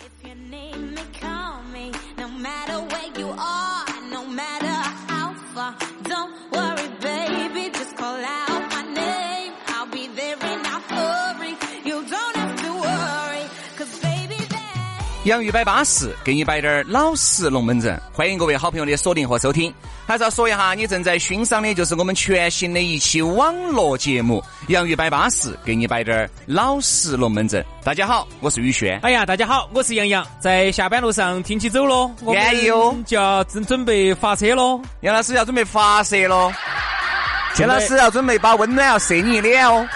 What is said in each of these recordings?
If you need me, call me. No matter where you are, no matter how far. Don't worry, baby. Just call out my name. I'll be there in a hurry. You don't have to worry. Cause baby, there. 杨宇摆巴适，给你摆点儿老实龙门阵。欢迎各位好朋友的锁定和收听。还是要说一下，你正在欣赏的就是我们全新的一期网络节目《杨宇摆巴适》，给你摆点儿老实龙门阵。大家好，我是宇轩。哎呀，大家好，我是杨洋，在下班路上听起走喽，我安逸哦们就要准准备发车喽。杨老师啊要准备发射喽，杨老师要准备把温暖要射你一脸哦。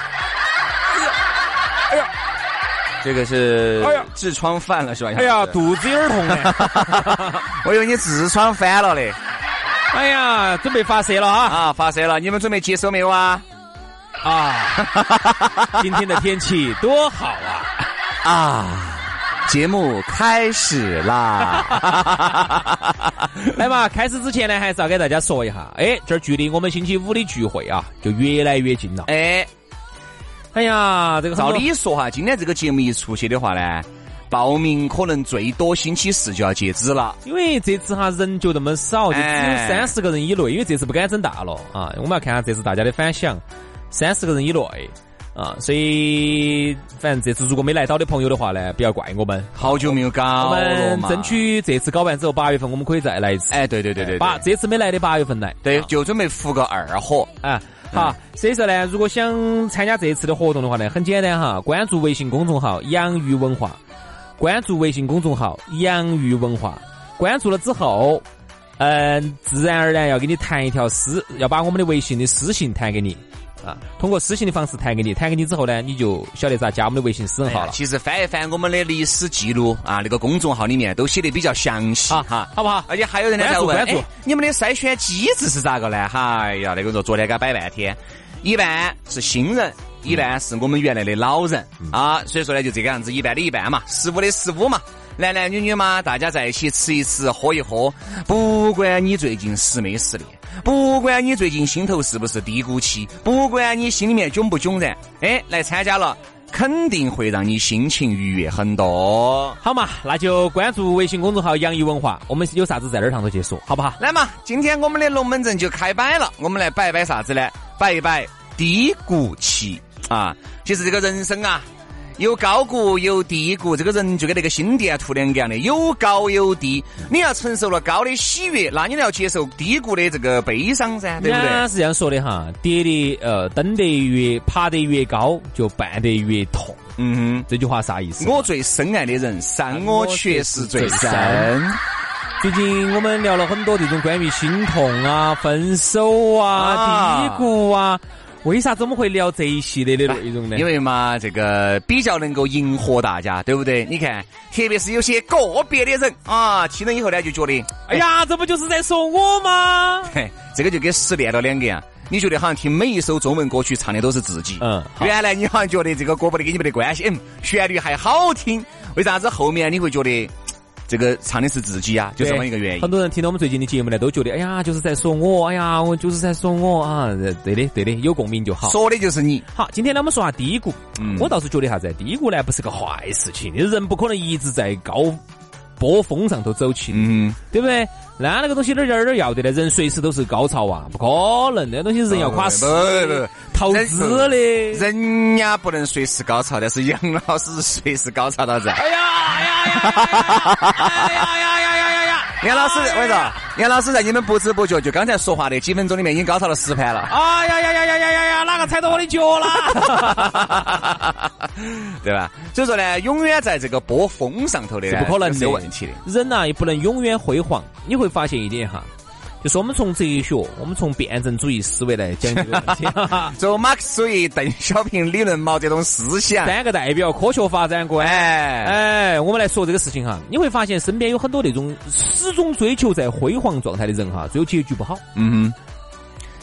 这个是哎呀痔疮犯了是吧？哎杨呀，老师，肚子有点痛哎。我以为你痔疮犯了嘞 哎呀，准备发射了哈啊！发射了，你们准备接收没有啊？ 啊！今天的天气多好啊！啊，节目开始 啦！来嘛，开始之前呢，还是要给大家说一下，哎，这儿距离我们星期五的聚会啊，就越来越近了。哎，哎呀，这个照很多理说哈，今天这个节目一出去的话呢，报名可能最多星期四就要截止了。因为这次哈人就那么少，就只有哎三十个人以内，因为这次不敢整大了啊。我们要看下这次大家的反响，三十个人以内啊，所以反正这次如果没来到的朋友的话呢，不要怪我们，好久没有我搞了们嘛，争取这次搞完之后，八月份我们可以再来一次。哎，对对对对八对，这次没来的八月份来。对啊就准备复个二货。啊，好，所以说呢，如果想参加这次的活动的话呢，很简单哈，关注微信公众号“养鱼文化”，关注微信公众号“养鱼文化”，关注了之后，嗯、自然而然要给你弹一条私，要把我们的微信的私信弹给你。啊，通过私信的方式弹给你，弹给你之后呢，你就晓得咋加我们的微信私人哎号呀了。其实翻一翻我们的历史记录啊，那个公众号里面都写的比较详细啊哈。好不好？而且还有人呢关在注问，关注哎你们的筛选机制是咋个呢？哎呀，那个说昨天给他摆半天，一半是新人，一半是我们原来的老人、嗯啊，所以说呢就这个样子，一半的一半嘛，十五的十五嘛。男男女女嘛，大家在一起吃一吃，喝一喝。不管你最近失没失恋，不管你最近心头是不是低谷期，不管你心里面囧不囧然，哎，来参加了，肯定会让你心情愉悦很多。好嘛，那就关注微信公众号“养鱼文化”，我们有啥子在那儿上头去说，好不好？来嘛，今天我们的龙门阵就开摆了，我们来摆一摆啥子呢？摆一摆低谷期啊！其实这个人生啊，有高谷有低谷，这个人就跟那个心电啊图两个样的，有高有低。你要承受了高的喜悦，那你要接受低谷的这个悲伤噻，对不人家对？是这样说的哈，跌的呃，登得越爬得越高，就绊得越痛。嗯这句话啥意思哼，？我最深爱的人，伤我却是最深。嗯最近我们聊了很多这种关于心痛啊、分手啊、啊低谷啊，为啥子我们会聊这一系列的内容呢？因为嘛，这个比较能够迎合大家，对不对？你看，特别是有些个别的人啊，听了以后呢，就觉得，哎呀，这不就是在说我吗？ 嘿，这个就跟失恋了两个样。你觉得好像听每一首中文歌曲唱的都是自己，嗯好原来你好像觉得这个歌不得跟你没得关系，嗯，旋律还好听，为啥子后面你会觉得这个唱的是自己啊？就这么一个原因很。多人听到我们最近的节目呢，都觉得哎呀，就是在说我，哎呀，我就是在说我啊。对的，对的，有共鸣就好。说的就是你，好，今天呢，我们说下低谷。嗯我倒是觉得啥子，低谷呢不是个坏事情，人不可能一直在高波峰上头走起，嗯，对不对？那那个东西哪儿哪儿哪儿要得的，人随时都是高潮啊，不可能的，那东西人要垮死不不不的，投资的。人家不能随时高潮，但是杨老师是随时高潮到这。哎呀哎呀哎呀哎呀哎呀哎呀哎呀呀！杨老师，我跟你说，杨老师在你们不知不觉就刚才说话的几分钟里面已经高潮了十盘了。哎呀呀呀呀呀呀呀！哪个踩到我的脚 了？对吧？所以说呢，永远在这个波峰上头的是呢，不可能这的，是有问题的。人呐、也不能永远辉煌。你会发现一点哈，就是我们从哲学，我们从辩证主义思维来讲这个问题。 走马克思主义、邓小平理论、毛泽东思想，三个代表科学发展观。哎，哎，我们来说这个事情哈，你会发现身边有很多那种始终追求在辉煌状态的人哈，最后结局不好。嗯哼。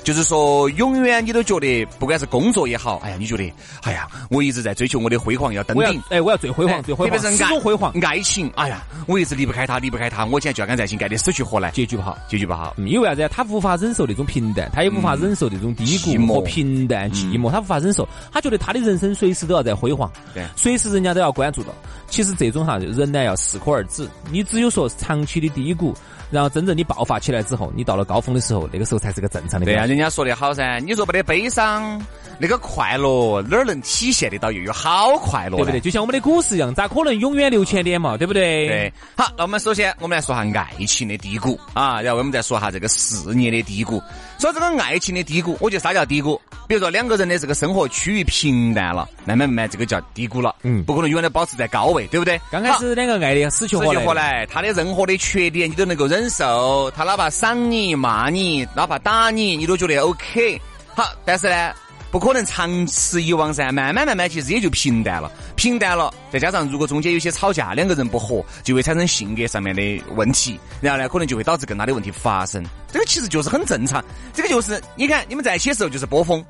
就是说，永远你都觉得，不管是工作也好，哎呀，你觉得，哎呀，我一直在追求我的辉煌，要登我要顶，哎，我要最辉辉煌，最辉煌，特别始是爱终辉煌，爱情，哎呀，我一直离不开他，离不开他，我现在就要跟爱情干得死去活来，结局不好。结局不好。嗯因为啥子？他无法忍受那种平淡，他也无法忍受那种低嗯寂谷寞嗯和平淡寂寞，他无法忍受。他觉得他的人生随时都要在辉煌对，随时人家都要关注到。其实这种哈，人呢要适可而止。你只有说长期的低谷，然后真正你爆发起来之后，你到了高峰的时候，那个时候才是个正常的对表呀、现。人家说得好噻，你说没得悲伤，那个快乐哪儿能体现得到？又有好快乐，对不对？？就像我们的股市一样，咋可能永远六千点嘛？对不对？对，好，那我们首先我们来说下爱情的低谷啊，然后我们再说下这个事业的低谷。说这个爱情的低谷，我觉得啥叫低谷？比如说两个人的这个生活趋于平淡了，慢慢慢慢这个叫低谷了，嗯不可能永远的保持在高位，对不对？刚开好始两个爱的死去死活去来，活来，他的任何的缺点你都能够忍受，他哪怕赏你、骂你，哪怕打你，你都觉得 OK。好，但是呢，不可能长此以往噻，慢慢慢慢其实也就平淡了，平淡了，再加上如果中间有些吵架，两个人不和，就会产生性格上面的问题，然后呢，可能就会导致更大的问题发生。这个其实就是很正常，这个就是你看你们在一起的时候就是波峰，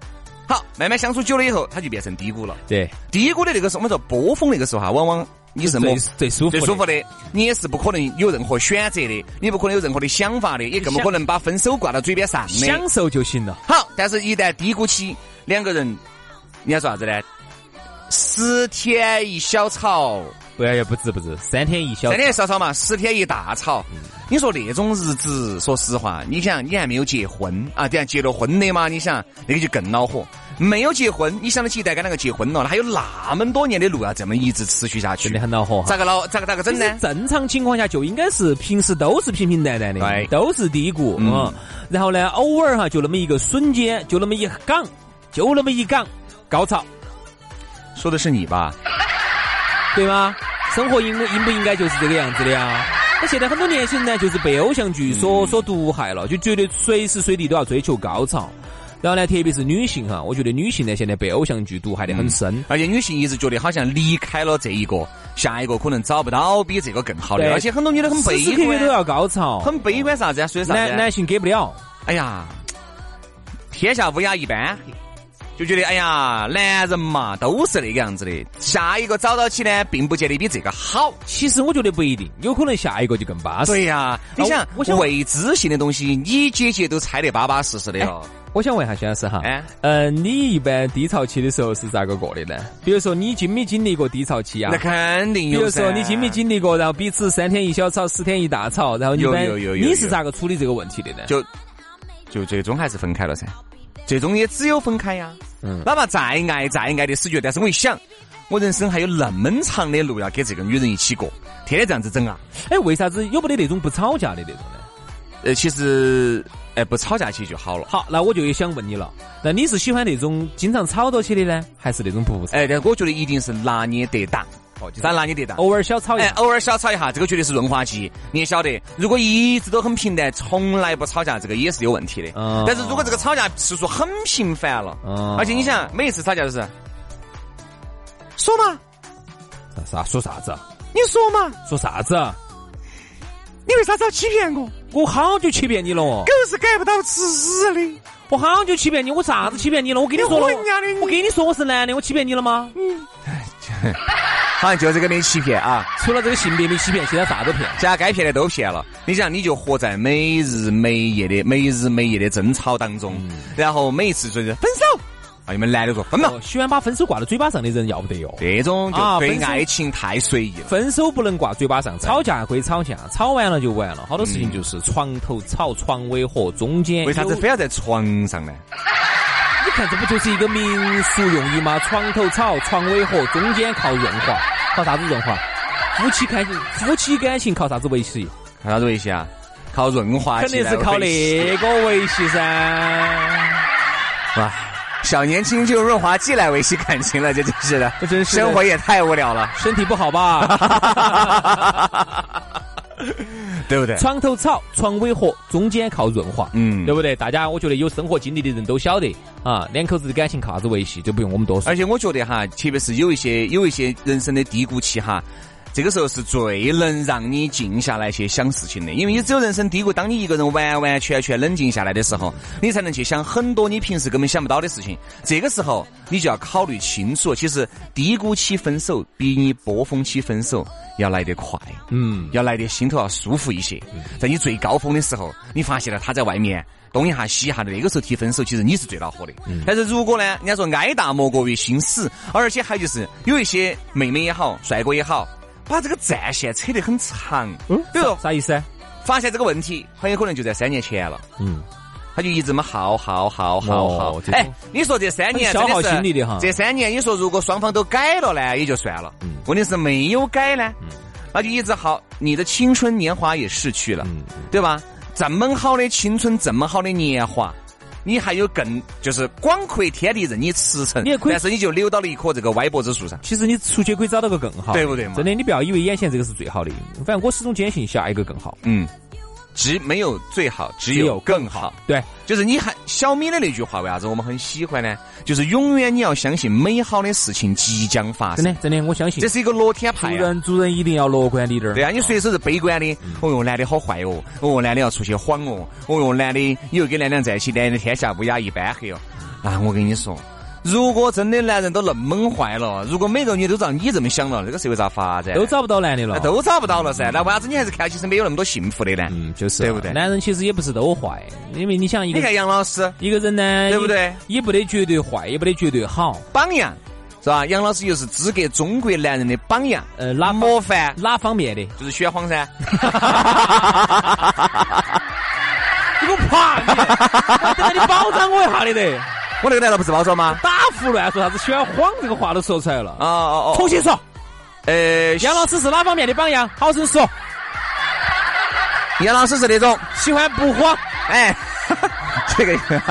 好，慢慢相处久了以后，他就变成低谷了。对，低谷的那个时候，我们说波峰那个时候哈、往往你是最没最舒服，最舒服。的，你也是不可能有任何选择的，你不可能有任何的想法的，也更不可能把分手挂到嘴边上的。享受就行了。好，但是一旦低谷期，两个人，人家说啥子呢？十天一小吵，不要，哎不止不止，三天一小三天一小吵嘛，十天一大吵。你说那种日子，说实话，你想你还没有结婚啊？等下结了婚的嘛，你想那个就更恼火。没有结婚，你想得起一旦跟那个结婚了，那还有那么多年的路要啊这么一直持续下去真的，很恼火哈。咋个恼？咋个咋个整其呢实？正常情况下就应该是平时都是平平淡淡的，对都是低谷哎嗯啊。然后呢，偶尔哈就那么一个瞬间，就那么一杠，就那么一杠，高潮，说的是你吧？对吗？生活应应不应该就是这个样子的呀？那现在很多年轻人呢，就是被偶像剧嗯所所毒害了，就觉得随时随地都要追求高潮。然后呢，特别是女性哈，我觉得女性呢现在被偶像剧毒害嗯得很深。而且女啊性一直觉得好像离开了这一个，下一个可能找不到比这个更好的，对而且很多女的很时时悲刻刻都观，要高潮，很悲观啥子啊？所以啥男子啊？男性给不了。哎呀，天下乌鸦一般黑。就觉得哎呀，男人嘛都是那个样子的，下一个找到起呢，并不见得比这个好。其实我觉得不一定，有可能下一个就更巴适。对呀、你想啊我，我想未知性的东西，你姐姐都猜得巴巴适适的哦了。我想问一下徐老师哈，哎嗯、你一般低潮期的时候是咋个过的呢？比如说你经没经历过低潮期啊那？肯定比有如噻。说你经没经历过，然后彼此三天一小吵，十天一大吵，然后你一般有有有有你是咋个处理这个问题的呢？就就最终还是分开了噻，最终也只有分开呀。嗯哪怕再爱再爱的死绝，但是我一想，我人生还有那么长的路要跟这个女人一起过，天天这样子整啊。哎，为啥子有没得那种不吵架的那种呢？呃，其实哎，不吵架起就好了。好，那我就也想问你了，那你是喜欢那种经常吵到起的呢，还是那种不吵？哎，但我觉得一定是拿捏得当，咱拿捏得当。偶尔小吵一哎，下，偶尔小吵一下，这个绝对是润滑剂。你也晓得，如果一直都很平淡，从来不吵架，这个也是有问题的。哦但是如果这个吵架次数很频繁了，哦而且你想，每一次吵架就是说嘛，啥说啥子啊？你说嘛，说啥子啊？你为啥子要欺骗我？我好久欺骗你了哦！狗是改不到吃屎的，我好久欺骗你，我啥子欺骗你了？我跟你说了，你哄人家的你我跟你说我是男的，我欺骗你了吗？好像就这个没欺骗啊，除了这个性别没欺骗，其他啥都骗。现在该骗的都骗了。你想，你就活在每日每夜的每日每夜的争吵当中，然后每一次就是分手，啊，你们男的说分了嗯哦，，喜欢把分手挂到嘴巴上的人要不得哟。这种啊就对分手爱情太随意了。分手不能挂嘴巴上，吵架归吵架，吵完了就完了。好多事情就是床头吵，床尾和，中间为啥子哎有非要在床上呢？你看这不就是一个民俗用语吗？床头吵，床尾和，中间靠润滑，靠啥子润滑？夫妻感情，夫妻感情靠啥子维系？靠啥子维系啊？靠润滑肯剂定来是靠维系那个维系噻。哇，小年轻就用润滑剂来维系感情了，这真是的，这真是的 生活也太无聊了。身体不好吧？ 对不对？床头草，床尾和，中间靠润滑，哎嗯对不对？大家我觉得有生活经历的人都晓得啊，两口子的感情靠啥子维系，就不用我们多说。而且我觉得哈，特别是有一些有一些人生的低谷期哈，这个时候是最能让你静下来去想事情的，因为你只有人生低谷，当你一个人完完全全冷静下来的时候，你才能去想很多你平时根本想不到的事情。这个时候你就要考虑清楚，其实低谷期分手比你波峰期分手要来得快。嗯，要来得心头要舒服一些。在你最高峰的时候，你发现了他在外面东一下西一下的，那个时候提分手，其实你是最恼火的。但是如果呢，人家说挨打莫过于心死，而且还就是有一些妹妹也好，帅哥也好，把这个战线扯得很长。比如说啥意思？发现这个问题，很有可能就在三年前了。嗯，他就一直么耗耗耗耗耗哦这。种哎，你说这三年很消耗真是心力的哈嗯这三年你说如果双方都改了呢，也就算了。问题是没有改呢，那就一直耗，你的青春年华也逝去了，嗯对吧？这么好的青春，这么好的年华。你还有更就是广阔天地任你驰骋你也，可以但是你就扭到了一棵这个歪脖子树上。其实你出去可以找到个更好，对不对嘛真的，你不要以为眼前这个是最好的，反正我始终坚信下一个更好。嗯，只没有最好，只只有有更好。对，就是你还小米的那句话，为啥子我们很喜欢呢？就是永远你要相信美好的事情即将发真的生，真的，我相信哎这。是一个乐天主派、啊。人主人一定要乐观一点儿。对啊，你随时是悲观的。嗯哦哟，男的好坏哦，哦，男的要出去晃哦，哦哟，男的以后跟男人在一起，男人天下乌鸦一般黑哦。啊，我跟你说，如果真的男人都那么坏了，如果每个女都让你这么想了，这个社会咋发展？都找不到男的了，哎都找不到了噻。那为啥子你还是看起身边有那么多幸福的呢？嗯，就是对不对？男人其实也不是都坏，因为你想一你个看杨老师，一个人呢，对不对也？也不得绝对坏，也不得绝对好，榜样，是吧？杨老师又是资格中国男人的榜样，呃，哪模范哪方面的？就是选谎噻。 你给我爬！你等下你保障我一下的得，我那个难道不是包装吗？打胡乱说啥子喜欢晃这个话都说出来了。哦哦哦，重新说，呃，杨老师是哪方面的榜样？好生说，杨老师是那 种，喜欢不慌。 哎，这哎个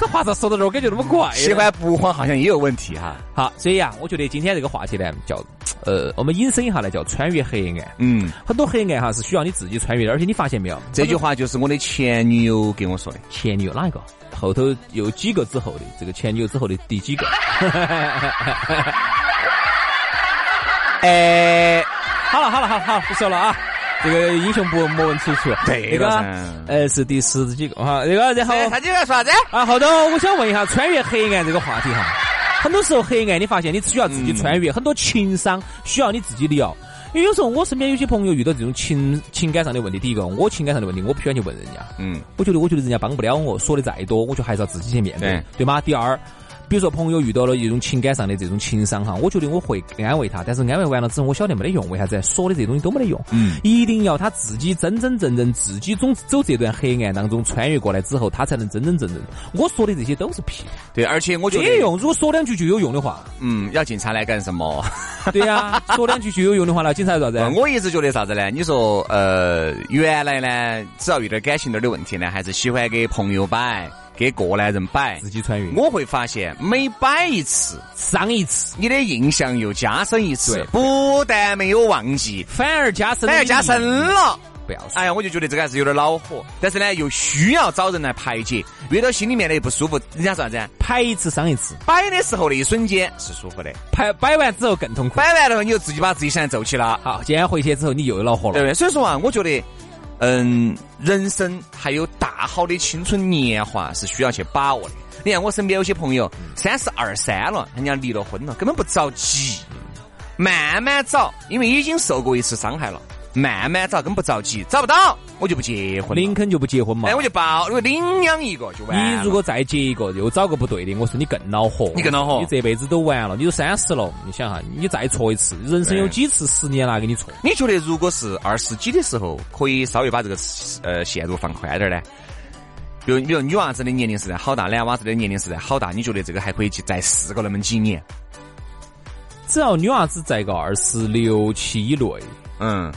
这话咋说到这儿，我感觉那么怪。喜欢不慌好像也有问题哈。好，所以啊，我觉得今天这个话题呢，叫呃，我们引申一下呢，叫穿越黑暗。嗯，很多黑暗哈是需要你自己穿越的，而且你发现没有？这句话就是我的前女友给我说的。前女友哪一个？后头有几个之后的，这个前女友之后的第几个？哎，好了好了好了好了，不说了啊。这个英雄不莫问出处，对了那个噻呃是第十几个哈，那个然后哎他今天说啥子？啊后头我想问一下穿越黑暗这个话题哈，很多时候黑暗你发现你需要自己穿越，嗯很多情商需要你自己聊，因为有时候我身边有些朋友遇到这种情情感上的问题，第一个我情感上的问题我不喜欢去问人家，嗯，我觉得我觉得人家帮不了我，说的再多，我就还是要自己去面对，对对吗？第二。比如说，朋友遇到了一种情感上的这种情伤哈，我觉得我会安慰他，但是安慰完了之后，我晓得没得用，为啥子？说的这些东西都没得用，嗯，一定要他自己真真正正自己总走这段黑暗当中穿越过来之后，他才能真真正正。我说的这些都是屁，对，而且我觉没得，用。如果说两句就有用 的话，嗯，要警察来干什么？对呀、说两句就有用的话，那警察做啥呃子？我一直觉得啥子呢？你说，呃，原来呢，只要遇到感情点儿的问题呢，还是喜欢给朋友摆，给过来人摆。自己穿越，我会发现，每摆一次，上一次你的印象又加深一次对，不但没有忘记，反而加深，反而加深，了。不要哎呀，我就觉得这个还是有点恼火，但是呢，又需要找人来排解。遇到心里面的不舒服，人家说啥子啊？拍一次伤一次，摆的时候那一瞬间是舒服的，拍摆完之后更痛苦。摆完了后你就自己把自己想揍起了。好，今天回去之后你又恼火对了不。对？所以说啊，我觉得，嗯，人生还有大好的青春年华是需要去把握的。你看我身边有些朋友，嗯三十二三了，人家离了婚了，根本不着急，慢慢找，因为已经受过一次伤害了，慢慢找，根本不着急，找不到我就不结婚林了。肯就不结婚嘛哎，？我就抱，我就领养一个就完了。你如果再结一个，又找个不对的，我说你更恼火，你更恼火你这辈子都完了，你都三十了，你想哈，你再错一次，人生有几次十年拿给你错？你觉得如果是二十几的时候，可以稍微把这个呃限度放宽点儿呢？比如，比如女娃子的年龄是在好大，男娃子的年龄是在好大，你觉得这个还可以去再试个那么几年？只要女娃子在个二十六七以内，嗯，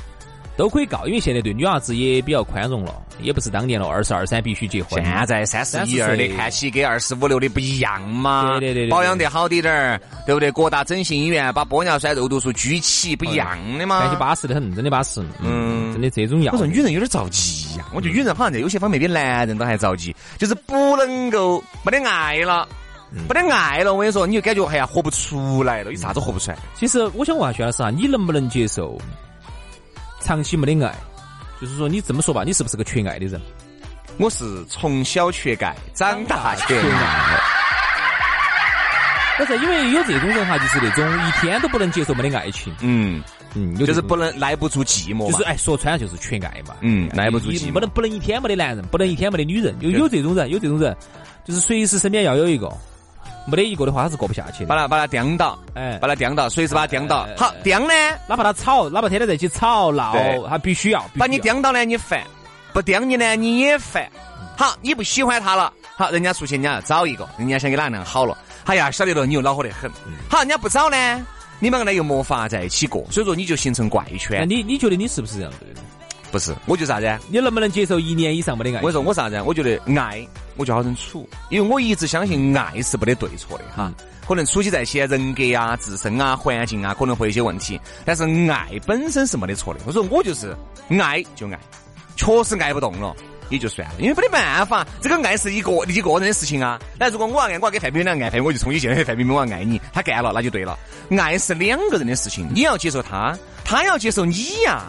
都可以告，因为现在对女娃子也比较宽容了，也不是当年了，二十二三必须结婚。现在三十一二的看起跟二十五六的不一样嘛，对对对对对保养得好滴点儿，对不对？各大整形医院把玻尿酸、肉毒素举起，不一样的嘛。感觉巴适的很，真的巴适。嗯，嗯真的这种要我。说女人有点着急呀、我觉得女人好像在有些方面比男人都还着急，就是不能够没得爱了，嗯没得爱了。我跟你说，你就感觉哎呀活不出来了，有啥子活不出来？其实我想问下薛老师啊，你能不能接受长期没得爱？就是说你这么说吧，你是不是个缺爱的人？我是从小缺钙，长大缺长爱。不是，因为有这种人哈，就是那种一天都不能接受没得爱情，嗯，嗯，有就是这种不能耐不住寂寞嘛。就是哎，说穿了就是缺爱嘛。嗯哎耐不住你寂寞不能不能一天没得男人，不能一天没得女人，有有这种人，有这种人，就是随时身边要有一个，没得一个的话他是过不下去把的。它把它颠倒，哎把，它颠倒，随时把它颠倒哎哎。好，颠呢，哪怕他吵，哪怕天天在一起吵闹对，他必须要把你颠。颠倒呢，你烦；不颠你呢，你也烦。好，你不喜欢他了，好，人家出去人家要找一个，人家想给哪样好了，哎呀，晓得了，你又恼火得很。嗯好，人家不找呢，你们两个呢又没法在一起过，所以说你就形成怪那圈。你你觉得你是不是这样子的？不是，我就啥子啊？你能不能接受一年以上没得爱情？我说我啥子啊？我觉得爱，我就好生处，因为我一直相信爱是没得对错的哈。嗯可能处起在一起，人格啊、自身啊、环境啊，可能会有一些问题，但是爱本身是没得错的。我说我就是爱就爱，确实爱不动了。也就算了，因为没得办法，这个爱是一个一个人的事情啊。但如果我要爱，我要给范冰冰爱，范冰冰我就从以前的范冰冰我要爱你，他干了那就对了。爱是两个人的事情，你要接受他，他要接受你呀、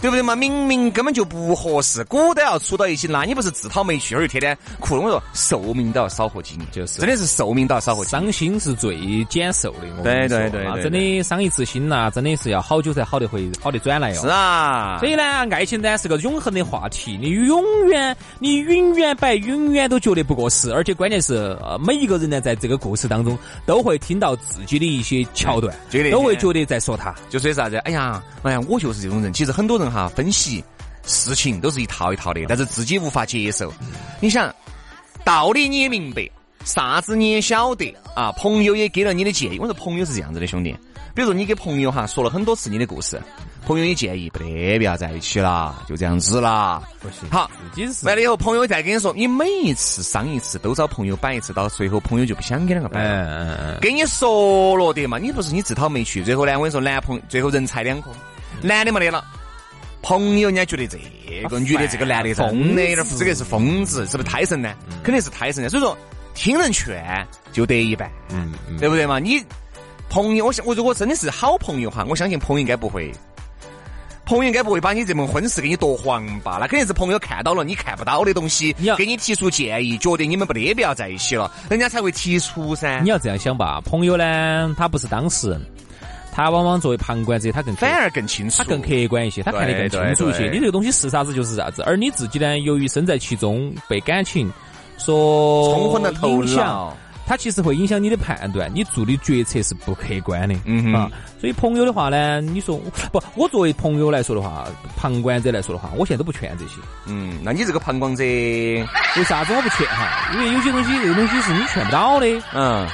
对不对嘛？明明根本就不合适，骨都要杵到一起，那你不是自讨没趣，而又天天哭？我说寿命都要少活几年，就是真的是寿命都要少活几年。伤心是最减寿的，我跟对你说对对啊对真的伤一次心呐，真的是要好久才好得回，好得转来哟。是啊，所以呢，爱情呢是个永恒的话题，你永远，你永远摆，永远都觉得不过时，而且关键是，呃，每一个人呢，在这个故事当中，都会听到自己的一些桥段嗯觉得，都会觉得在说他。就说啥子？哎呀，哎呀，我就是这种人。其实很多人哈，分析事情都是一套一套的，但是自己无法接受。你想，道理你也明白，啥子你也晓得啊，朋友也给了你的建议。我说朋友是这样子的，兄弟，比如说你给朋友哈说了很多次你的故事，朋友也建议不得，不要在一起啦，就这样子啦。不行好，自己是完了以后，朋友再跟你说，你每一次伤一次，都找朋友摆一次，到最后朋友就不想跟那个摆了。嗯嗯嗯，跟你说了的嘛，你不是你自讨没趣。最后呢，我跟你说，男朋友最后人财两空，男的没得了，朋友人家觉得这个女的这个男的真的有点，这个是疯子，是不是胎神呢？肯定是胎神呢。所以说，听人劝就得一半，嗯嗯对不对嘛？你朋友，我想我如果真的是好朋友哈，我相信朋友应该不会。朋友应该不会把你这门婚事给你夺黄吧？那肯定是朋友看到了你看不到的东西你要，给你提出建议，觉得你们不得必要在一起了，人家才会提出噻。你要这样想吧，朋友呢，他不是当事人，他往往作为旁观者，他更反而更清楚，他更客观一些，他看得更清楚一些。对对对你这个东西是啥子就是啥子，而你自己呢，由于身在其中，被感情所冲昏了头影响，脑。它其实会影响你的判断，你做的决策是不客观的。嗯哼啊，所以朋友的话呢，你说不，我作为朋友来说的话，旁观者来说的话，我现在都不劝这些。嗯，那你这个旁观者，为啥子我不劝哈？因为有些东西，这个东西是你劝不到的。嗯，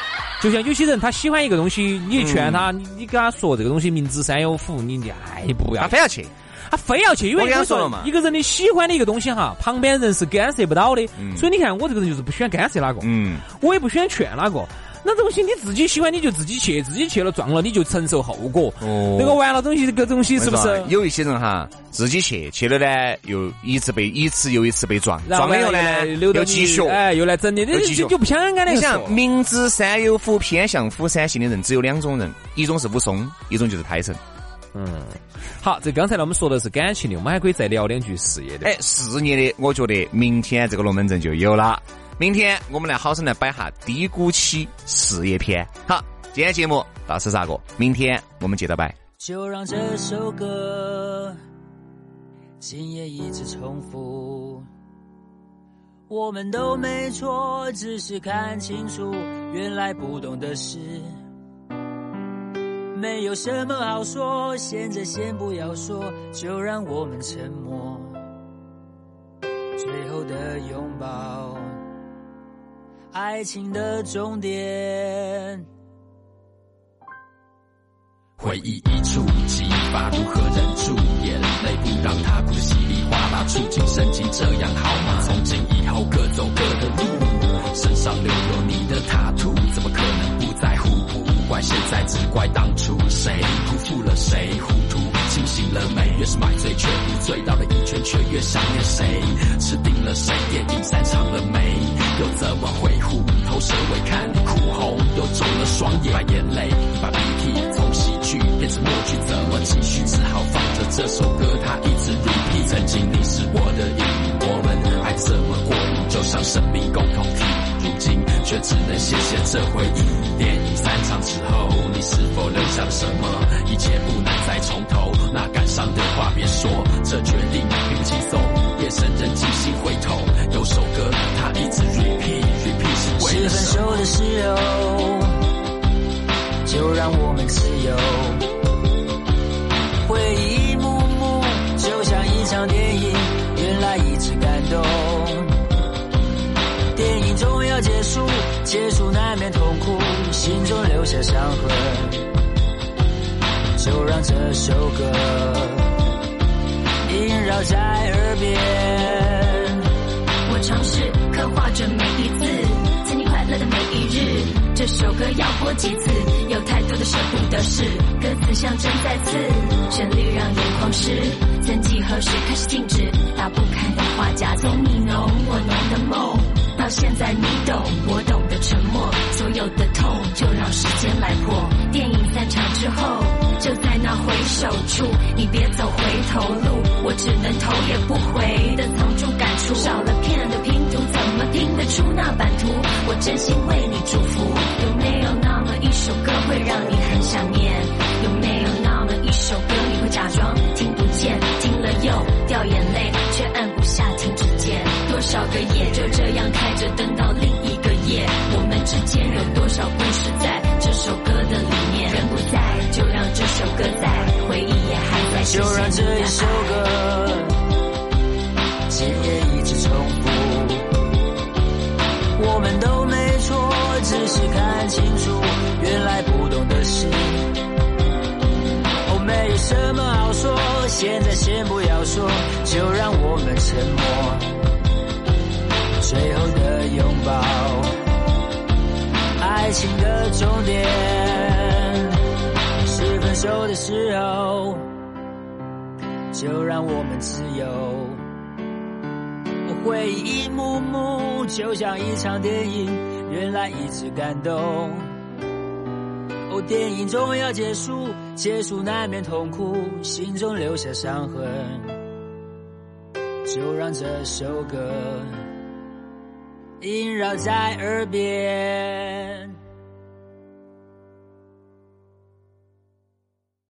就像有些人他喜欢一个东西，你一劝他，你你跟他说这个东西明知山有虎，你你哎你不要他，非要去，他非要去，因为我跟他我说了说嘛一个人的喜欢的一个东西哈，旁边人是干涉不到的。嗯所以你看，我这个人就是不喜欢干涉哪个，嗯，我也不喜欢劝哪个。那东西你自己喜欢，你就自己去，自己去了撞了，你就承受后果。哦那个完了东西，这个东西是不我是跟你？说有一些人哈，自己去去了呢，又一次被一次又一次被撞，然后撞了以后完呢，了又来又继续。哎，又来整你，又你继续就就不想跟那你个想，说。明知山有虎，偏向虎山行的人只有两种人，一种是武松，一种就是泰森。好，这刚才呢我们说的是感情的，我们还可以再聊两句事业的。哎，事业的，我觉得明天这个龙门阵就有了。明天我们来好生来摆下低谷期事业篇。好，今天节目到此咋个？明天我们接着摆。就让这首歌今夜一直重复。我们都没错，只是看清楚，原来不懂的事，没有什么好说。现在先不要说，就让我们沉默。最后的拥抱，爱情的终点。回忆一触即发，如何忍住眼泪不触景生情，这样好吗？从今以后各走各的路，身上留有你的塔图，怎么可能不在乎？不怪现在，只怪当初谁辜负了谁，糊涂清醒了没？越是买醉却不醉，绕了一圈却越想念谁，吃定了谁，电影散场了没？又怎么会虎头蛇尾看哭红，又肿了双眼，把眼泪，把鼻涕从喜剧变成默剧，怎么继续？只好放着这首歌，它一直 repeat。曾经你是我的瘾，我们还这么过瘾，就像生命共同体。如今却只能谢谢这回忆。电影散场之后，你是否留下了什么？一切不难再从头，那感伤的话别说，这决定并不轻松。夜深人静，心回头，有首歌它一直 repeat repeat 是为是了分什么？手的时候，就让我们自由。回忆一幕幕，就像一场电影，原来一直感动。电影终要结束，结束难免痛苦，心中留下伤痕。就让这首歌萦绕在耳边。我尝试刻画着每一次曾经快乐的每一日。这首歌要播几次？有太多的舍不得事，歌词象征再次，旋律让眼眶湿。曾几何时开始静止，打不开的花夹，从你浓我浓的梦，到现在你懂我懂的沉默，所有的痛就让时间来破。电影散场之后，就在那回首处，你别走回头路，我只能头也不回的藏住感触，少了片的拼图，怎么拼得出那版图？我真心为你祝福，有没有那么一首歌会让你很想念？有没有那么一首歌你会假装听不见，听了又掉眼泪，却按不下停止键？多少个夜就这样开着灯到另一个夜，我们之间有多少故事在这首歌的里面？人不在，就让这首歌在，回忆也还在，就让这一首歌，今夜一直重复。我们都没错，只是看清楚，原来不懂的事。哦，没有什么好说，现在先不要说，就让我们沉默。最后的拥抱，爱情的终点是分手的时候。就让我们自由。回忆一幕幕，就像一场电影，原来一直感动。哦，电影终要结束，结束难免痛苦，心中留下伤痕。就让这首歌萦绕在耳边。